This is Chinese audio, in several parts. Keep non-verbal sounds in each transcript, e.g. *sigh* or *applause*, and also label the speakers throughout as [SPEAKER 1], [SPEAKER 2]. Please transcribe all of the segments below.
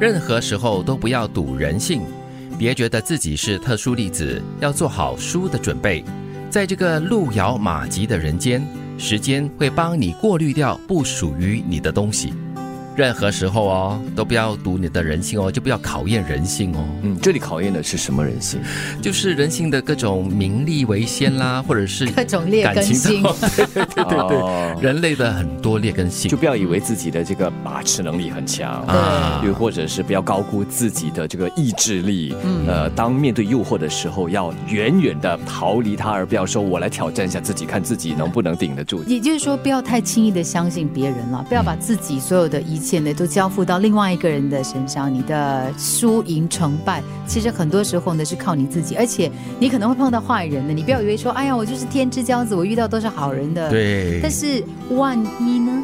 [SPEAKER 1] 任何时候都不要赌人性，别觉得自己是特殊例子，要做好输的准备。在这个路遥马急的人间，时间会帮你过滤掉不属于你的东西。任何时候哦，都不要赌你的人性哦，就不要考验人性哦。
[SPEAKER 2] 嗯，这里考验的是什么人性？
[SPEAKER 1] 就是人性的各种名利为先啦，或者
[SPEAKER 2] *laughs*
[SPEAKER 1] 是
[SPEAKER 3] 各种劣
[SPEAKER 1] 感
[SPEAKER 3] 根
[SPEAKER 1] 情
[SPEAKER 3] 性
[SPEAKER 1] 的， *laughs* 对对对对对，
[SPEAKER 2] 哦
[SPEAKER 1] 人类的很多劣根性
[SPEAKER 2] 就不要以为自己的这个把持能力很强。
[SPEAKER 1] 啊，
[SPEAKER 2] 又或者是不要高估自己的这个意志力，
[SPEAKER 1] 嗯
[SPEAKER 2] 呃，当面对诱惑的时候，要远远的逃离它，而不要说我来挑战一下自己，看自己能不能顶得住。
[SPEAKER 3] *laughs* 也就是说，不要太轻易的相信别人了，不要把自己所有的一切呢都交付到另外一个人的身上。你的输赢成败，其实很多时候呢是靠你自己，而且你可能会碰到坏人的。你不要以为说，哎呀，我就是天之骄子，我遇到都是好人的。。
[SPEAKER 1] 对
[SPEAKER 3] 但。是万一呢？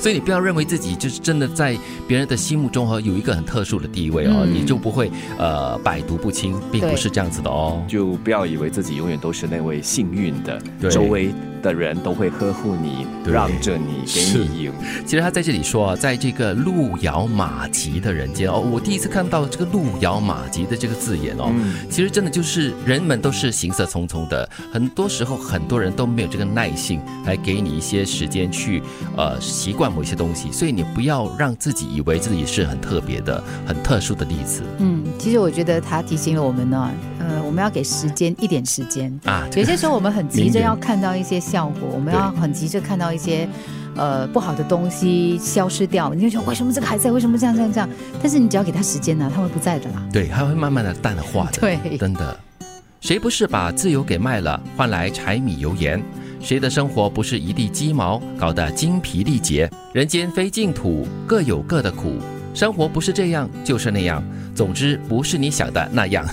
[SPEAKER 1] 所以你不要认为自己就是真的在别人的心目中和有一个很特殊的地位哦，
[SPEAKER 3] 嗯
[SPEAKER 1] 你就不会呃百毒不侵，并
[SPEAKER 3] 对
[SPEAKER 1] 不是这样子的哦。
[SPEAKER 2] 就不要以为自己永远都是那位幸运的
[SPEAKER 1] 对，
[SPEAKER 2] 周围的人都会呵护你、
[SPEAKER 1] 对
[SPEAKER 2] 让着你、给
[SPEAKER 1] 是
[SPEAKER 2] 你赢。
[SPEAKER 1] 其实他在这里说啊，在这个路遥马急的人间哦，我第一次看到这个路遥马急的这个字眼哦，
[SPEAKER 2] 嗯
[SPEAKER 1] 其实真的就是人们都是行色匆匆的，很多时候很多人都没有这个耐性来给你一些时间去呃习惯某些东西，所以你不要让自己以为自己是很特别的、很特殊的例子
[SPEAKER 3] 嗯，其实我觉得他提醒了我们呢，呃，我们要给时间一点时间。
[SPEAKER 1] 啊。
[SPEAKER 3] 有
[SPEAKER 1] 这个
[SPEAKER 3] 些时候我们很急
[SPEAKER 1] 名
[SPEAKER 3] 着
[SPEAKER 1] 言
[SPEAKER 3] 要看到一些效果，我们要很急着看到一些。呃，不好的东西消失掉，你就说为什么这个还在？为什么这样这样这样？但是你只要给他时间呢、他会不在的啦。
[SPEAKER 1] 对，它会慢慢的淡化的。
[SPEAKER 3] 对
[SPEAKER 1] 真的，谁不是把自由给卖了，换来柴米油盐？谁的生活不是一地鸡毛，搞得精疲力竭？人间非净土，各有各的苦。生活不是这样，就是那样。总之，不是你想的那
[SPEAKER 3] *laughs*
[SPEAKER 1] 样。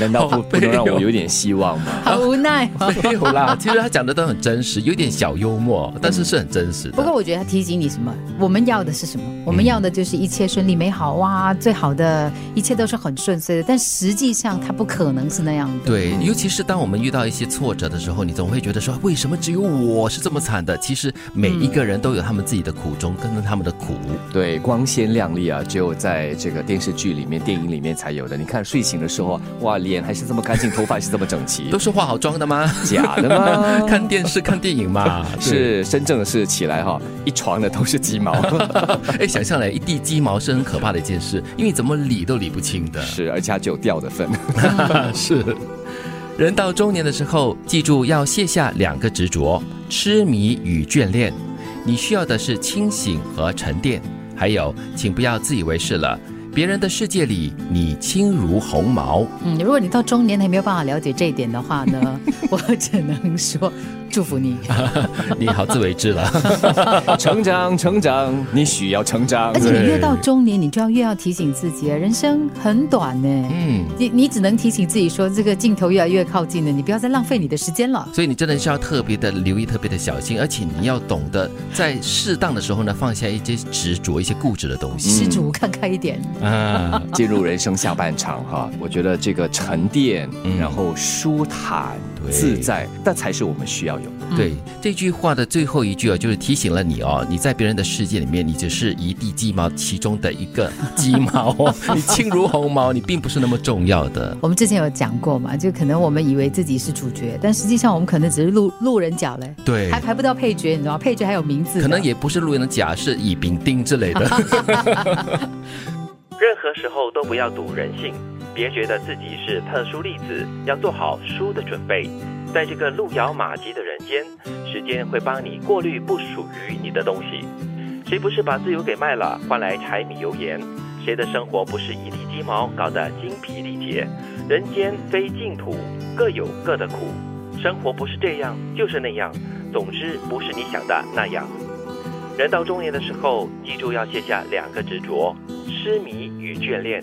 [SPEAKER 2] 难
[SPEAKER 1] *laughs*
[SPEAKER 2] 道不不能让我有点希望吗？
[SPEAKER 3] 好无奈。
[SPEAKER 1] 没有啦， *laughs* 其实他讲的都很真实，有点小幽默，但是是很真实的。
[SPEAKER 3] 不过我觉得他提醒你什么？我们要的是什么？我们要的就是一切顺利、美好啊，最好的一切都是很顺遂的。但实际上，它不可能是那样的。
[SPEAKER 1] 对，尤其是当我们遇到一些挫折的时候，你总会觉得说，为什么只有我是这么惨的？其实每一个人都有他们自己的苦衷，跟着他们的苦。
[SPEAKER 2] 对，光鲜亮丽啊，只有在这个电视剧里面、电影里面才有的。你看睡醒的时候啊，哇，脸还是这么干净，头发还是这么整
[SPEAKER 1] *laughs*
[SPEAKER 2] 齐
[SPEAKER 1] 都，是化好妆的吗？
[SPEAKER 2] 假
[SPEAKER 1] *laughs*
[SPEAKER 2] 的吗？
[SPEAKER 1] 看电视、看电影嘛，
[SPEAKER 2] 是真正的是起来哈、一床的都是
[SPEAKER 1] *laughs*
[SPEAKER 2] 鸡毛，
[SPEAKER 1] 对。哎，想象来一地鸡毛是很可怕的一件事，因为怎么理都理不清的。啊
[SPEAKER 2] 是，而且它只有掉的份。 *laughs*
[SPEAKER 1] 是。人到中年的时候，记住要卸下两个执着：痴迷与眷恋。你需要的是清醒和沉淀。还有，请不要自以为是了，别人的世界里你轻如鸿毛。 *laughs*
[SPEAKER 3] 嗯，如果你到中年还没有办法了解这一点的话呢， *laughs* 我只能说祝福你。
[SPEAKER 1] 你好自为之了。 *laughs*
[SPEAKER 2] 成长，成长，你需要成长
[SPEAKER 3] 而。且你越到中年，你就要越要提醒自己，人生很短呢。
[SPEAKER 1] 嗯。
[SPEAKER 3] 你你只能提醒自己说，这个镜头越来越靠近了，你不要再浪费你的时间了。
[SPEAKER 1] 所以你真的是要特别的留意，特别的小心，而且你要懂得在适当的时候呢，放下一些执着、一些固执的东西。
[SPEAKER 3] 施主看开一点，
[SPEAKER 1] 啊，
[SPEAKER 2] 进入人生下半场哈、我觉得这个沉淀，
[SPEAKER 1] 嗯
[SPEAKER 2] 然后舒坦、
[SPEAKER 1] 对
[SPEAKER 2] 自在，那才是我们需要有的。
[SPEAKER 1] 对这句话的最后一句啊，就是提醒了你哦，你在别人的世界里面，你只是一地鸡毛其中的一个鸡毛 *laughs* 哦，你轻如鸿毛，你并不是那么重要的。
[SPEAKER 3] 我们之前有讲过嘛，就可能我们以为自己是主角，但实际上我们可能只是路路人甲嘞，
[SPEAKER 1] 对
[SPEAKER 3] 还排不到配角，你知道吗？配角还有名字呢，
[SPEAKER 1] 可能也不是路人甲，是乙丙丁之类的。
[SPEAKER 4] 任何时候都不要赌人性，别觉得自己是特殊例子，要做好输的准备。在这个路遥马急的人间，时间会帮你过滤不属于你的东西。谁不是把自由给卖了，换来柴米油盐？谁的生活不是一地鸡毛，搞得精疲力竭？人间非净土，各有各的苦。生活不是这样，就是那样。总之，不是你想的那样。人到中年的时候，记住要卸下两个执着：痴迷与眷恋。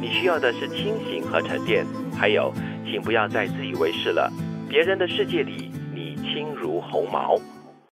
[SPEAKER 4] 你需要的是清醒和沉淀，还有，请不要再自以为是了。别人的世界里，你轻如鸿毛。